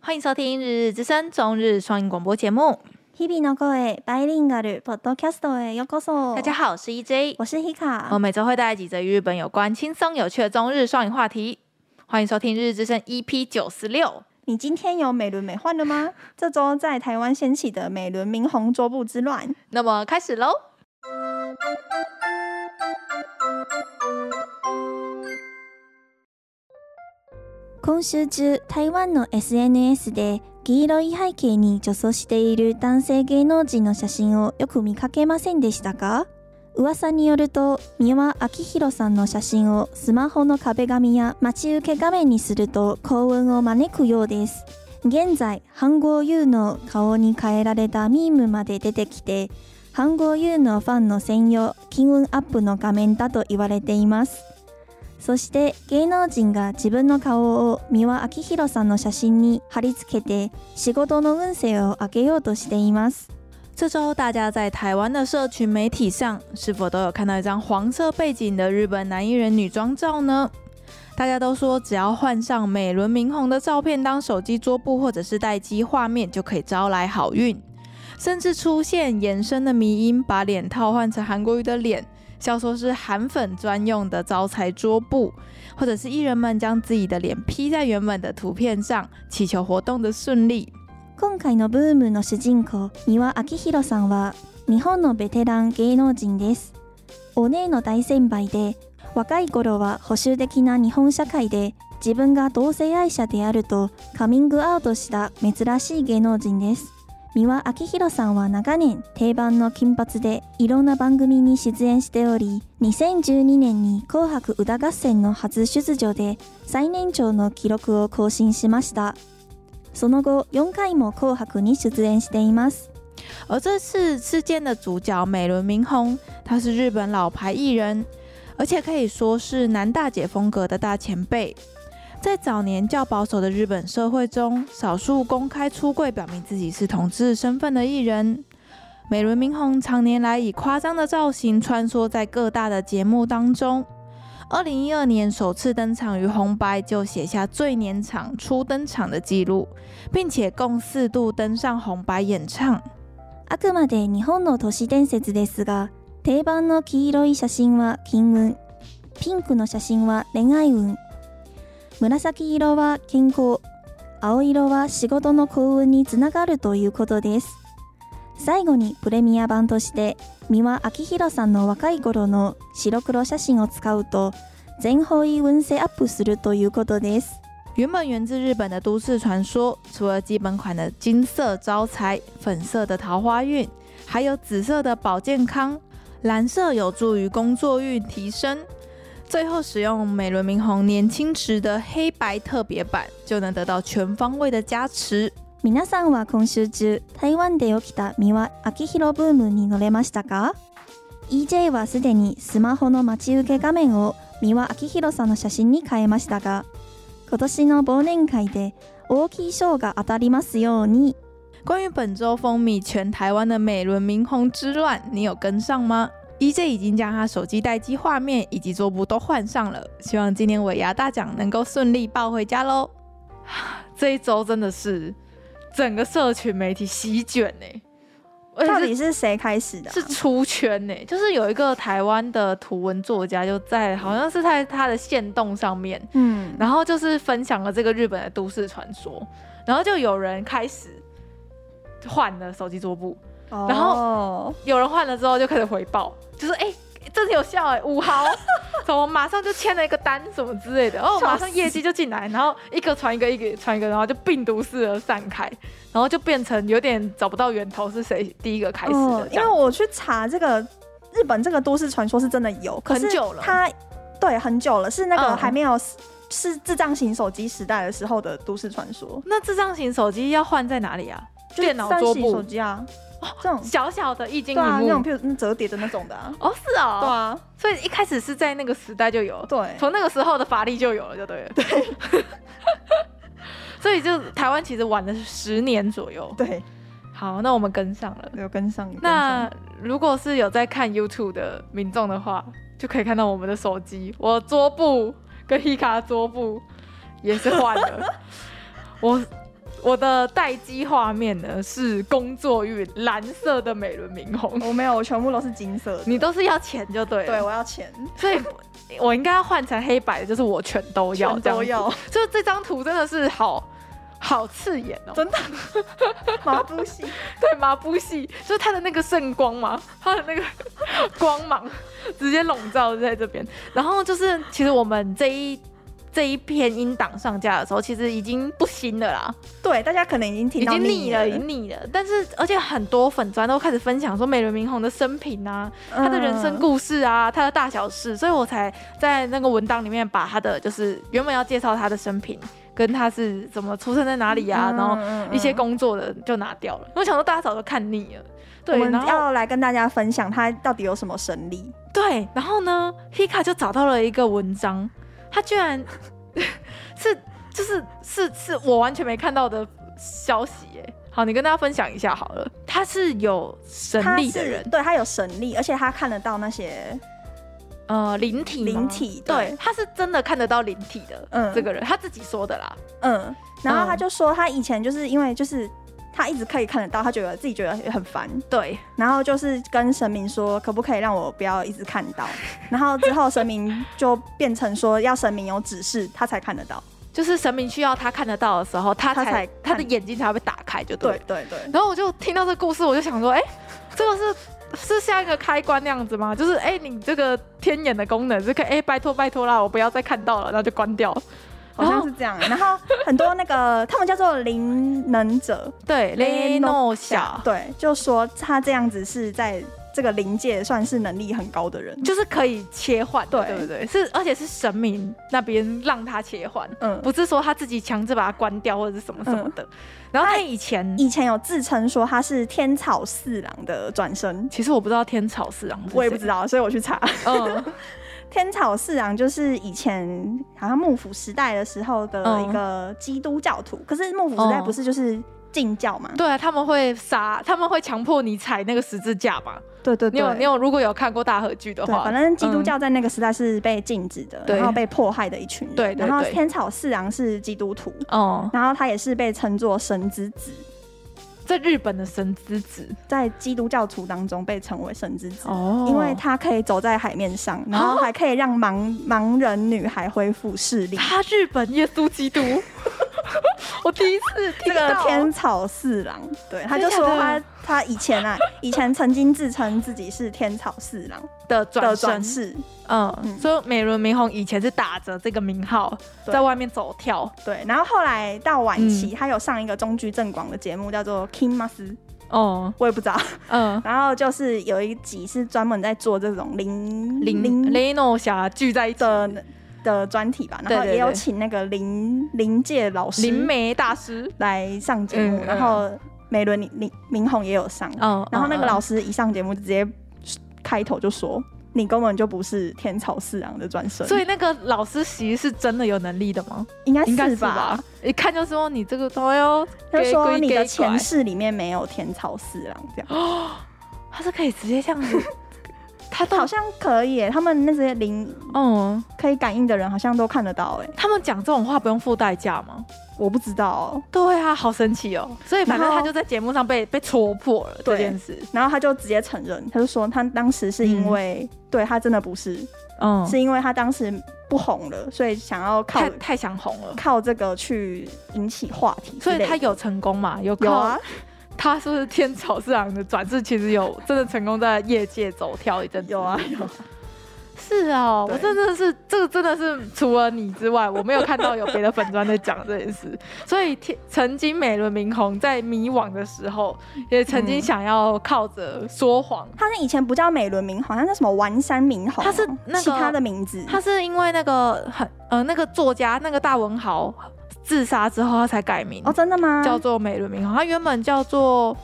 欢迎收听《日日之声》中日双语广播节目。日々の声バイリンガルポッドキャストへようこそ。大家，好，我是 EJ，哦我是 Hika 我。每周会带来几则与日本有关、轻松有趣的中日双语话题。欢迎收听《日日之声》EP 九十六。你今天有美轮美奂了吗？这周在台湾掀起的美轮明宏桌布之乱，那么开始喽。今週中、台湾の SNS で黄色い背景に女装している男性芸能人の写真をよく見かけませんでしたか噂によると、三輪明宏さんの写真をスマホの壁紙や待ち受け画面にすると幸運を招くようです。現在、韓国 U の顔に変えられたミームまで出てきて、韓国 U のファンの専用、金運アップの画面だと言われています。そして芸能人が自分の顔を三輪明宏さんの写真に貼り付けて仕事の運勢を上げようとしています。这周大家在台湾的社群媒体上，是否都有看到一张黄色背景的日本男艺人女装照呢？大家都说，只要换上美轮明宏的照片当手机桌布或者是待机画面，就可以招来好运。甚至出现衍生的迷因，把脸套换成韩国瑜的脸，笑说是韩粉专用的招财桌布，或者是艺人们将自己的脸 P 在原本的图片上，祈求活动的顺利。今回のブームの主人公三輪明宏さんは日本のベテラン芸能人です。お姉の大先輩で若い頃は保守的な日本社会で自分が同性愛者であるとカミングアウトした珍しい芸能人です。三輪明宏さんは長年定番の金髪でいろんな番組に出演しており2012年に「紅白歌合戦」の初出場で最年長の記録を更新しましたその後4回も「紅白」に出演しています而这次事件的主角美轮明宏，他是日本老牌艺人，而且可以说是男大姐风格的大前辈。在早年较保守的日本社会中，少数公开出柜表明自己是同志身份的艺人，美轮明宏常年来以夸张的造型穿梭在各大的节目当中。二零一二年首次登场于红白，就写下最年长初登场的记录，并且共四度登上红白演唱。あくまで日本の都市伝説ですが定番の黄色い写真は金運ピンクの写真は恋愛運紫色は健康青色は仕事の幸運につながるということです最後にプレミア版として三輪明宏さんの若い頃の白黒写真を使うと全方位運勢アップするということです原本源自日本的都市传说，除了基本款的金色招财、粉色的桃花运，还有紫色的保健康，蓝色有助于工作运提升。最后使用美轮明宏年轻时的黑白特别版，就能得到全方位的加持。皆さんは今週中台湾で起きた三輪明宏ブームに乗れましたか ?EJ はすでにスマホの待ち受け画面を三輪明宏さんの写真に変えましたが今年の忘年会で大きい賞が当たりますように关于本周风靡全台湾的美轮明宏之乱，你有跟上吗？EJ 已经将他手机待机画面以及桌布都换上了，希望今年尾牙大奖能够顺利抱回家喽。 这一周真的是整个社群媒体席卷呢、而且到是底是谁开始的啊、是出圈呢、就是有一个台湾的图文作家就在好像是在他的线动上面，嗯，然后就是分享了这个日本的都市传说，然后就有人开始换了手机桌布，然后有人换了之后就开始回报，就是哎、真的有效哎、五毫， 怎么马上就签了一个单什么之类的，然后笑死马上业绩就进来，然后一个传一个，一个传一个，然后就病毒式的散开，然后就变成有点找不到源头是谁第一个开始的哦，这因为样。我去查这个日本这个都市传说是真的有，可是很久了它对很久了，是那个嗯还没有、是智障型手机时代的时候的都市传说，那智障型手机要换在哪里啊？就是电脑三桌型手布，机啊，这种小小的液晶对啊，那屏种幕。譬如那折叠的那种的啊，哦，是哦，对啊，所以一开始是在那个时代就有，对，从那个时候的法力就有了，就对了。对。 所以就台湾其实晚了十年左右。对，好，那我们跟上了。有跟上。有跟那上如果是有在看 YouTube 的民众的话，就可以看到我们的手机，我桌 布跟 Hika 桌布也是换了。我我的待机画面呢是工作日蓝色的美轮明宏，我没有，我全部都是金色的。你都是要钱就对对了，我要钱，所以我应该要换成黑白的，就是我全都要全这样都子。要，就这张图真的是好好刺眼哦， 真的麻布戏。对麻布系，就是它的那个圣光嘛， 它的那个光芒直接笼罩在这边。然后就是，其实我们这一这一篇音档上架的时候，其实已经不新了啦，对，大家可能已经已听到经腻腻了，已经腻了。但是而且很多粉砖都开始分享说美轮明宏的生平啊，嗯他的人生故故事啊，他的大小事，所以我才在那个文档里面把他的就是原本要介绍他的生平，跟他是怎么出生在哪里啊，嗯然后一些工作的就拿掉了。我想说大家早就看腻了，对，我然们后要来跟大家分享他到底有什么神力。对，然后呢，Hika 就找到了一个文章，他居然 是就是是是我完全没看到的消息耶。好，你跟大家分享一下好了，他是有神他力的是人，对他有神力，而且他看得到那些呃，灵体吗灵体。对，，他是真的看得到灵体的，嗯这个人他自己说的啦，嗯，然后他嗯就说他以前就是因为就是他一直可以看得到，他觉得自己觉得很烦，对，然后就是跟神明说可不可以让我不要一直看 到，然后之后神明就变成说要神明有指示他才看得到。就是神明需要他看得到的时候，他他才他才的看眼睛才会被打开，就对了对。对对，然后我就听到这故事，我就想说，哎、这个是。是像一个开关那样子吗？就是哎、你这个天眼的功能是可以哎、拜托拜托啦，我不要再看到了，然后就关掉。哦好像是这样。然后很多那个他们叫做灵能者，对， 雷诺小对，就说他这样子是在这个灵界算是能力很高的人。就是可以切换的，对对不对？是而且是神明那边让他切换，嗯，不是说他自己强制把它关掉或者是什么什么的。然后他以前以前有自称说他是天草四郎的转身，其实我不知道天草四郎，我也不知道。道，所以我去查。嗯，天草四郎就是以前好像幕府时代的时候的嗯一个基督教徒，可是幕府时代嗯不是就是禁教嘛？对啊，他们会杀，他们会强迫你踩那个十字架嘛。对对你有你有如果有看过大合剧的对，话反，正基督教在那个时代是被禁止的，对然后被迫害的一群人。对对然后对天草四郎是基督徒，哦、然后他也是被称作神之子，在日本的神之子在基督教徒当中被称为神之子。哦因为他可以走在海面上，然后还可以让盲盲人女孩恢复视力。他日本耶稣基 督，我第一次 这听个到天草四郎，对，他就真的说假他的他以前 啊，以前曾经自称自己是天草四郎的的转身，转世，嗯嗯，所以美轮明宏以前是打着这个名号对在外面走跳，对。然后后来到晚嗯期，他有上一个中居正广的节目，叫做《King Mas》，哦，我也不知 道。嗯，然后就是有一集是专门在做这种灵林雷诺侠聚在一起，的的专题吧，然对后对也有对请那个灵灵界老师灵媒大师，来上节目，嗯嗯然后美伦明明宏也有上，嗯，然后那个嗯老师一上节目就直接开头就说：“你根本就不是天朝四郎的转身。”所以那个老师其实是真的有能力的吗？应该应该是是吧吧？？一看就说你这个都要，他就说给你的给哦拐前世里面没有天朝四郎这样，他是可以直接这样 子，他都好像可以耶。他们那些灵嗯，可以感应的人好像都看得到哎，他们讲这种话不用付代价吗？我不知道哦。对啊，好神奇哦！所以反正然后他就在节目上被被戳破了这对件事，然后他就直接承认，他就说他当时是因为、对他真的不是，嗯，是因为他当时不红了，所以想要靠太太想红了，靠这个去引起话题之所类以的，他有成功嘛？有靠有啊，他是不是天朝市郎的转世，其实有真的成功在业界走跳一阵子？有啊，有啊是哦，对我真的是这个真的是除了你之外，我没有看到有别的粉砖在讲这件事。 所以天曾经美轮明宏在迷惘的时候，也曾经想要靠着说谎。他那以前不叫美轮明宏，他叫什么丸山明宏哦，他是那个啊其他的名字，他是因为那个很呃那个作家那个大文豪自杀之后，他才改名、哦，真的吗？叫做美轮明宏。他原本叫做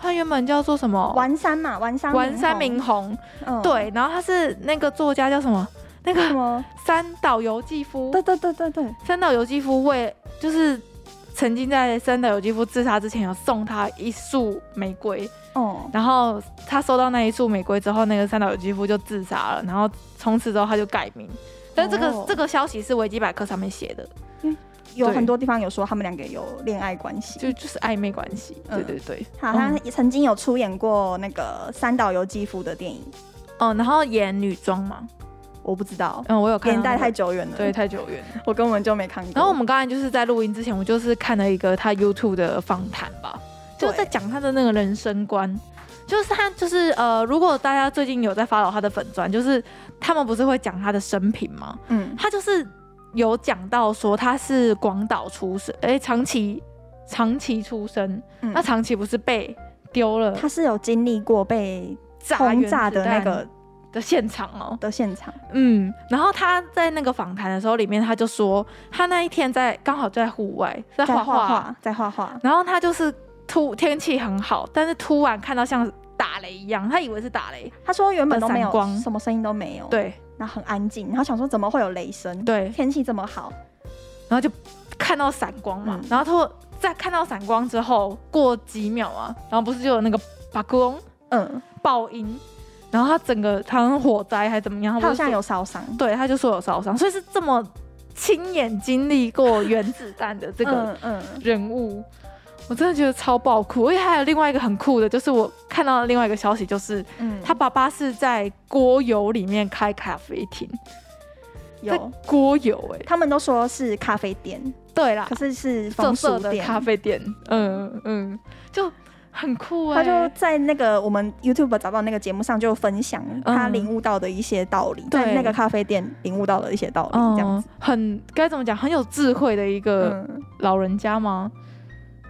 他原本叫做什么？丸山嘛，丸山丸山明明宏，宏。嗯，对，然后他是那个作家叫什么？那什 个么？三岛由纪夫。对对对对对，三岛由纪夫为就是曾经在三岛由纪夫自杀之前，有送他一束玫瑰，哦，然后他收到那一束玫瑰之后，那个三岛由纪夫就自杀了，然后从此之后他就改名。但这个、哦这个消息是维基百科上面写的，有对很多地方有说他们两个有恋爱关系，就嗯就是暧昧关系。对嗯对对，好像也曾经有出演过那个三岛由纪夫的电影，哦，然后演女装嘛，我不知道，嗯，我有看到年代那个太久远了，对，太久远了。我根本就没看过。然后我们刚才就是在录音之前，我就是看了一个他 YouTube 的访谈吧，就对在讲他的那个人生观。就是他，就是呃，如果大家最近有在 follow 他的粉砖，就是他们不是会讲他的生平吗？嗯，他就是有讲到说他是广岛出生，哎、长崎长崎出生，嗯那长崎不是被丢了他是有经历过被炸轰原炸子的那弹个的现场哦，的现场，嗯，然后他在那个访谈的时候里面，他就说他那一天在刚好在户外在在画画画，在画画，然后他就是突天气很好，但是突然看到像打雷一样，他以为是打雷，他说原本的都没散有光什么声音都没有，，对然后很安静，然后想说怎么会有雷声？，对，天气这么好，然后就看到闪光嘛，嗯然后他在看到闪光之后，过几秒啊，然后不是就有那个把空嗯，爆音，然后他整个他好像火灾还怎么样，他不好是像说有烧伤，对，他就说有烧伤，所以是这么亲眼经历过原子弹的这这个嗯嗯，人物，我真的觉得超爆酷。而且还有另外一个很酷的，就是我看到的另外一个消息，就是嗯他爸爸是在锅油里面开咖啡厅，在有，锅油哎、他们都说是咖啡店，对啦可，是是色风色俗的店。咖啡店，嗯嗯，就很酷哎、他就在那个我们 YouTube 找到那个节目上就分享嗯他领悟到的一些道理，在那个咖啡店领悟到的一些道理，这样嗯子。，很该怎么讲，很有智慧的一个嗯，老人家吗？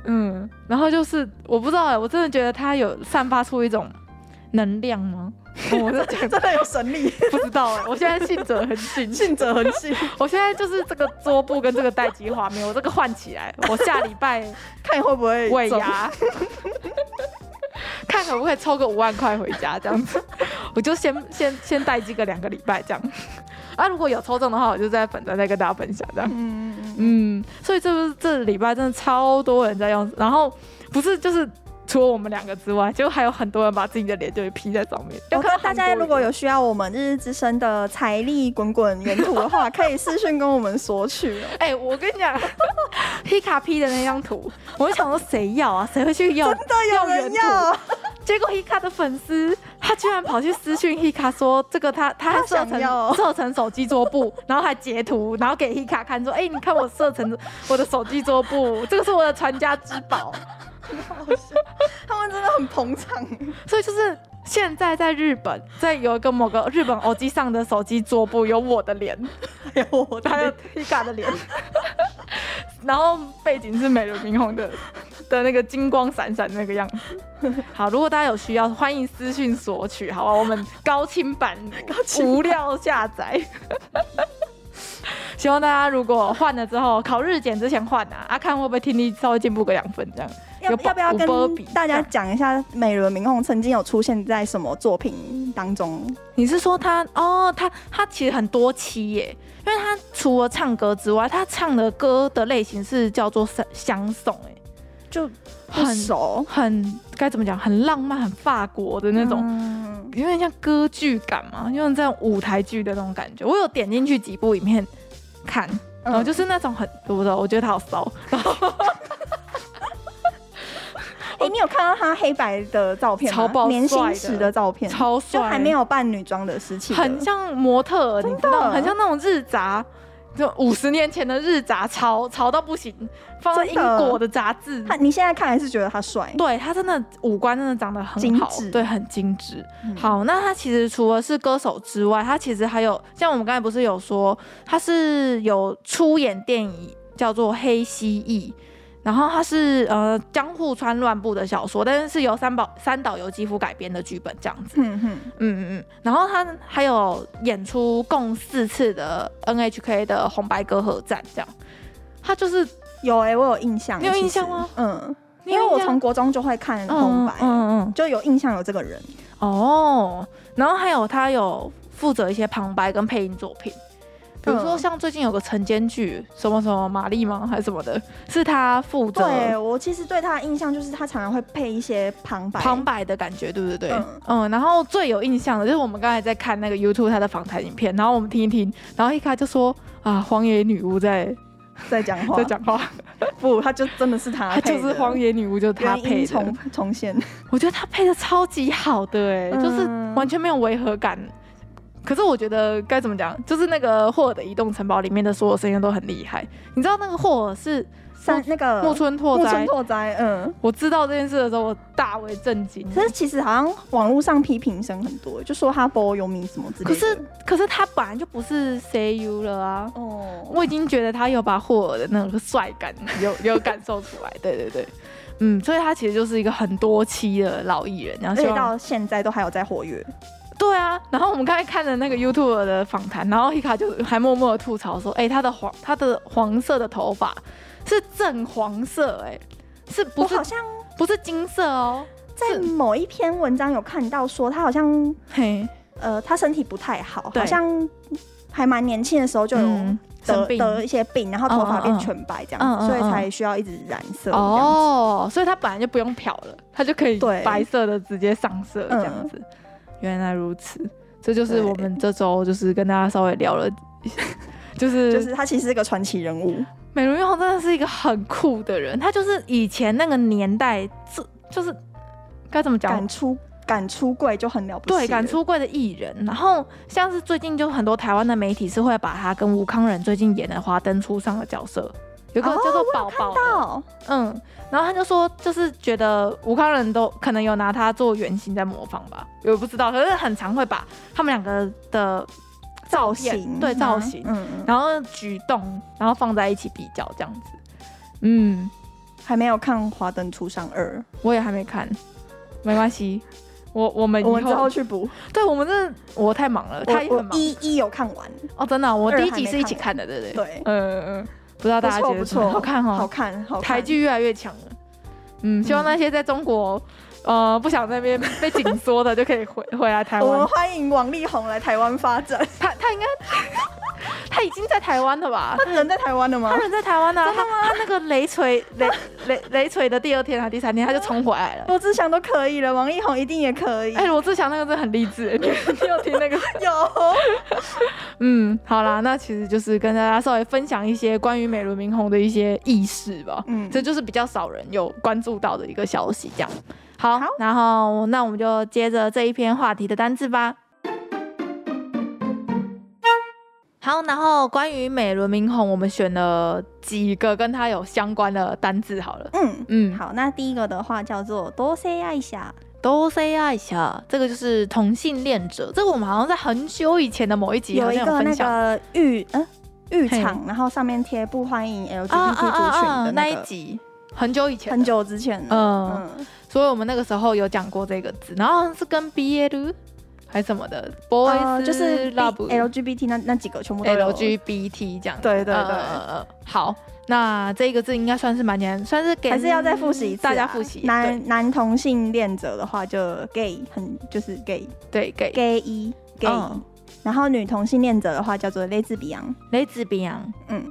嗯，然后就是我不知道哎、我真的觉得他有散发出一种能量 吗？我就觉得真的有神力，不知道哎、我现在信者恒 信，信者恒 信。我现在就是这个桌布跟这个待机画面，我这个换起来，我下礼拜看你会不会尾中牙， 看可不可以抽个五万块回家这样子， 我就先先先待机个两个礼拜这样。 啊，如果有抽中的话，我就在粉专再跟大家分享这样。嗯嗯嗯嗯，所以这不是这礼拜真的超多人在用，然后不是就是除了我们两个之外，就还有很多人把自己的脸就是 P 在上面。有可能哦大家如果有有需要我们日日之声的财力滚滚原图的话，可以私讯跟我们索 取哦。哎、我跟你 讲，皮卡 P 的那张图，我就想说谁要啊？谁会去要？真的有要原人图要，啊结果 Hika 的粉丝，他居然跑去私讯 Hika 说，这个他他还他设想成要设成手机桌布，然后还截图，然后给 Hika 看说，哎、你看我设成我的手机桌布，这个是我的传家之宝。 他们真的很捧场。所以就是现在在日本，在有一个某个日本偶机上的手机桌布有我的脸，还有哎我的还有脸 Hika 的脸，然后背景是美轮明宏的 的那个金光闪闪那个样子。好，如果大家有需要，欢迎私讯索取，好吧？我们 高清版无料下载。 希望大家如果换了之后，考日检之前换啊，啊看会不会听力稍微进步个两分这样。 要有要不要有波比跟大家讲一下美轮明宏曾经有出现在什么作品当中？你是说他哦，他他其实很多期耶，因为他除了唱歌之外，他唱的歌的类型是叫做相相送，哎，就不很熟很该怎么讲，很浪漫，很法国的那种，嗯有点像歌剧感嘛，有点像舞台剧的那种感觉。我有点进去几部影片看，嗯然哦后就是那种很，我不知道，我觉得他好骚，哎、你有看到他黑白的照片超吗？爆年帅轻的时的照片，超帅，就还没有扮女装的时期的，很像模特儿，你知道，很像那种日杂，就五十年前的日杂，潮潮到不行，放在英真的国的杂志。他。你现在看还是觉得他帅？对他真的五官真的长得很精好，致对，很精致。嗯，好，那他其实除了是歌手之外，他其实还有像我们刚才不是有说，他是有出演电影叫做《黑蜥蜴》，然后他是呃江户川乱步的小说，但是是由三岛三岛由纪夫改编的剧本这样子。嗯哼，嗯嗯，嗯，然后他还有演出共四次的 NHK 的红白歌合战，这样。他就是有哎、我有印象，你有印其实象吗？嗯，你因有为印我象从国中就会看嗯红白，啊嗯嗯就有印象有这个人。嗯哦，然后还有他有负责一些旁白跟配音作品，比如说嗯像最近有个晨间剧什么什么玛丽吗还是什么的，是他负责对我其实对他的印象就是他常常会配一些旁白，旁白的感觉，对不对？嗯嗯然后最有印象的就是我们刚才在看那个 YouTube 他的访谈影片，然后我们听一听，然后一开就说啊，荒野女巫在在讲话在，讲话， 不，他就真的是他她配就的，是荒野女巫，就是她原配的音重。重现，我觉得她配的超级好的、欸，哎、就是嗯完全没有违和感。可是我觉得该怎么讲，就是那个霍尔的移动城堡里面的所有声音都很厉害。你知道那个霍尔是三 那个木村拓木哉村，拓哉，嗯。我知道这件事的时候，我大为震惊。可是其实好像网络上批评声很多，就说他波有名什么之类的。可是可是他本来就不是 CU 了啊，哦，我已经觉得他有把霍尔的那个帅感有有感受出来， 对对对，嗯，所以他其实就是一个很多期的老艺人，然后希而且望到现在都还有在活跃。对啊，然后我们刚才看了那个 YouTube 的访谈，然后 Hika 就还默默的吐槽说，哎、他的黄他的黄色的头发是正黄色、哎，是我不是好像不是金色哦？在是某一篇文章有看到说，他好像嘿，呃，他身体不太好，对好像还蛮年轻的时候就有嗯得、生病得一些病，然后头发嗯嗯变嗯全白这样，嗯嗯嗯所以才需要一直染色这样哦，子。所以他本来就不用漂了，他就可以对嗯白色的直接上色这样子。原来如此，这就是对我们这周就是跟大家稍微聊了， 就是就是他其实是个传奇人物，美容玉红真的是一个很酷的人，他就是以前那个年代，这就是该怎么讲敢？出敢出柜就很了不起了。对，敢出柜的艺人，然后像是最近就很多台湾的媒体是会把他跟吴康仁最近演的《华灯初上》的角色，有个哦叫做宝宝的、到嗯，然后他就说，就是觉得吴康仁都可能有拿他做原型在模仿吧，我也不知道，可是很常会把他们两个的造片型对吗造型，嗯，嗯然后举动，然后放在一起比较这样子。嗯，还没有看《华灯初上二》，我也还没看，没关系，我我们以我们之后后去补。对我们真的我太忙了，他也我很我忙一一有看完，哦，真的啊、我第一二还集没是一起看的，看对不对？对，嗯嗯嗯，不知道大家不错觉得不怎么样好错看哦，好看好看。台剧越来越强了。嗯，希望那些在中国，呃，不想在那 边被紧缩的，就可以回回来台我们湾。欢迎王力宏来台湾发展。他他应该， 他已经在台湾了吧？他人在台湾的吗 他？人在台湾呢、啊，他他那个雷锤雷雷雷锤的第二天还是第三天，他就冲回来 了。罗志祥都可以了，王力宏一定也可以。哎，罗志祥那个真的很励志， 你你有听那个？有，嗯，好啦，那其实就是跟大家稍微分享一些关于美轮明宏的一些意识吧。嗯这就是比较少人有关注到的一个消息，这样。好，好然后那我们就接着这一篇话题的单字吧。好，然后关于美轮明宏，我们选了几个跟他有相关的单字好了。嗯，嗯，好，那第一个的话叫做多 say 爱下，都 say 爱一下，这个就是同性恋者，这个我们好像在很久以前的某一集有好一像个分那享个浴呃浴嘿场，然后上面贴不欢迎 LGBT 啊啊啊族群啊的那一个，集，很久以前的，很久之前了。嗯，嗯，所以我们那个时候有讲过这个字，然后好像是跟 BL 还是什么的呃，boys 就是 love LGBT 那那几个全部都有 LGBT 这样子。对对对呃好，那这个字应该算是蛮难，算是给还是要再复习一次啊，大家复习。对男男同性恋者的话，就 gay 很就是 gay 对给 gay 一 gay，嗯然后女同性恋者的话叫做 lesbian， lesbian 嗯，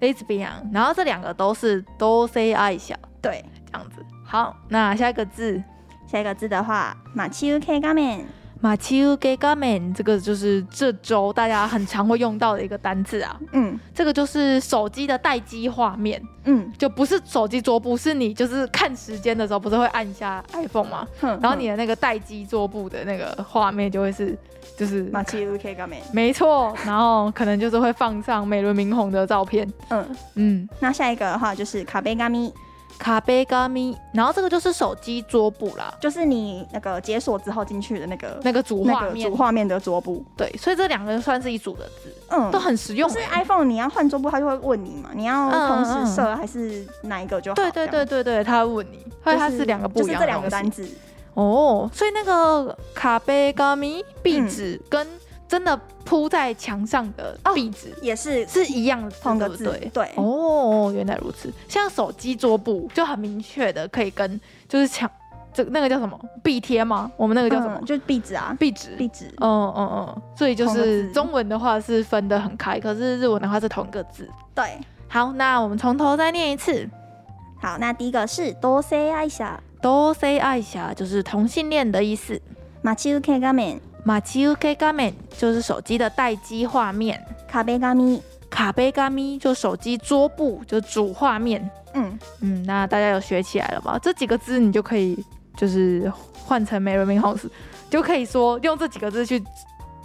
lesbian，然后这两个都是都 say 爱小对。这样子。好，那下一个字下一个字的话，马奇 UK 画面，马奇乌给 a m 这个就是这周大家很常会用到的一个单字啊，嗯这个就是手机的待机画面。嗯，就不是手机桌布，是你就是看时间的时候，不是会按一下 iPhone 吗？哼然后你的那个待机桌布的那个画面就会是，就是马奇 UK 画面，没错，然后可能就是会放上美轮明宏的照片，嗯，嗯，那下一个的话就是卡贝嘎咪，卡贝嘎咪，然后这个就是手机桌布啦，就是你那个解锁之后进去的那个那个主那画个面，主画面的桌布，对，所以这两个算是一组的字，嗯，都很实就用、是欸。 iPhone 你要换桌布，它就会问你嘛，你要嗯同时设还是哪一个就好？对对这对样，对对，他会问你，所以它就是两个不就一是样这的两个东西单字，哦，所以那个卡贝嘎咪壁纸跟真的铺在墙上的壁纸也是是一样的字哦同个对不字对，对，哦，原来如此。像手机桌布就很明确的可以跟就是墙这那个叫什么壁贴吗？我们那个那叫什么、就是壁纸啊，壁纸？壁纸，嗯嗯嗯，所以就同个是字中文的话是分得很开，可是日文的话是同一个字。对。好，那我们从头再念一次。好，那第一个是多 say 爱下，多 say 爱侠就是同性恋的意思。马チ受け画面、马奇 UK 画面就是手机的待机画面。壁紙、卡贝嘎咪就手机桌布就主画面。嗯，嗯，那大家有学起来了吧？这几个字你就可以就是换成 Mary m i n House，就可以说用这几个字去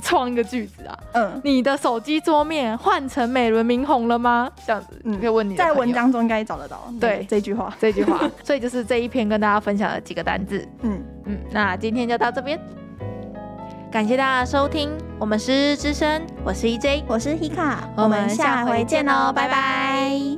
创一个句子啊。嗯，你的手机桌面换成美轮明红了吗？这样子，嗯你可以问你的在朋友文章中应该找得到。对这句话， 这句话。所以就是这一篇跟大家分享的几个单字。嗯，嗯，那今天就到这边，感谢大家的收听，我们是日之声，我是 E EJ，我是 Hika，我们下回见哦拜拜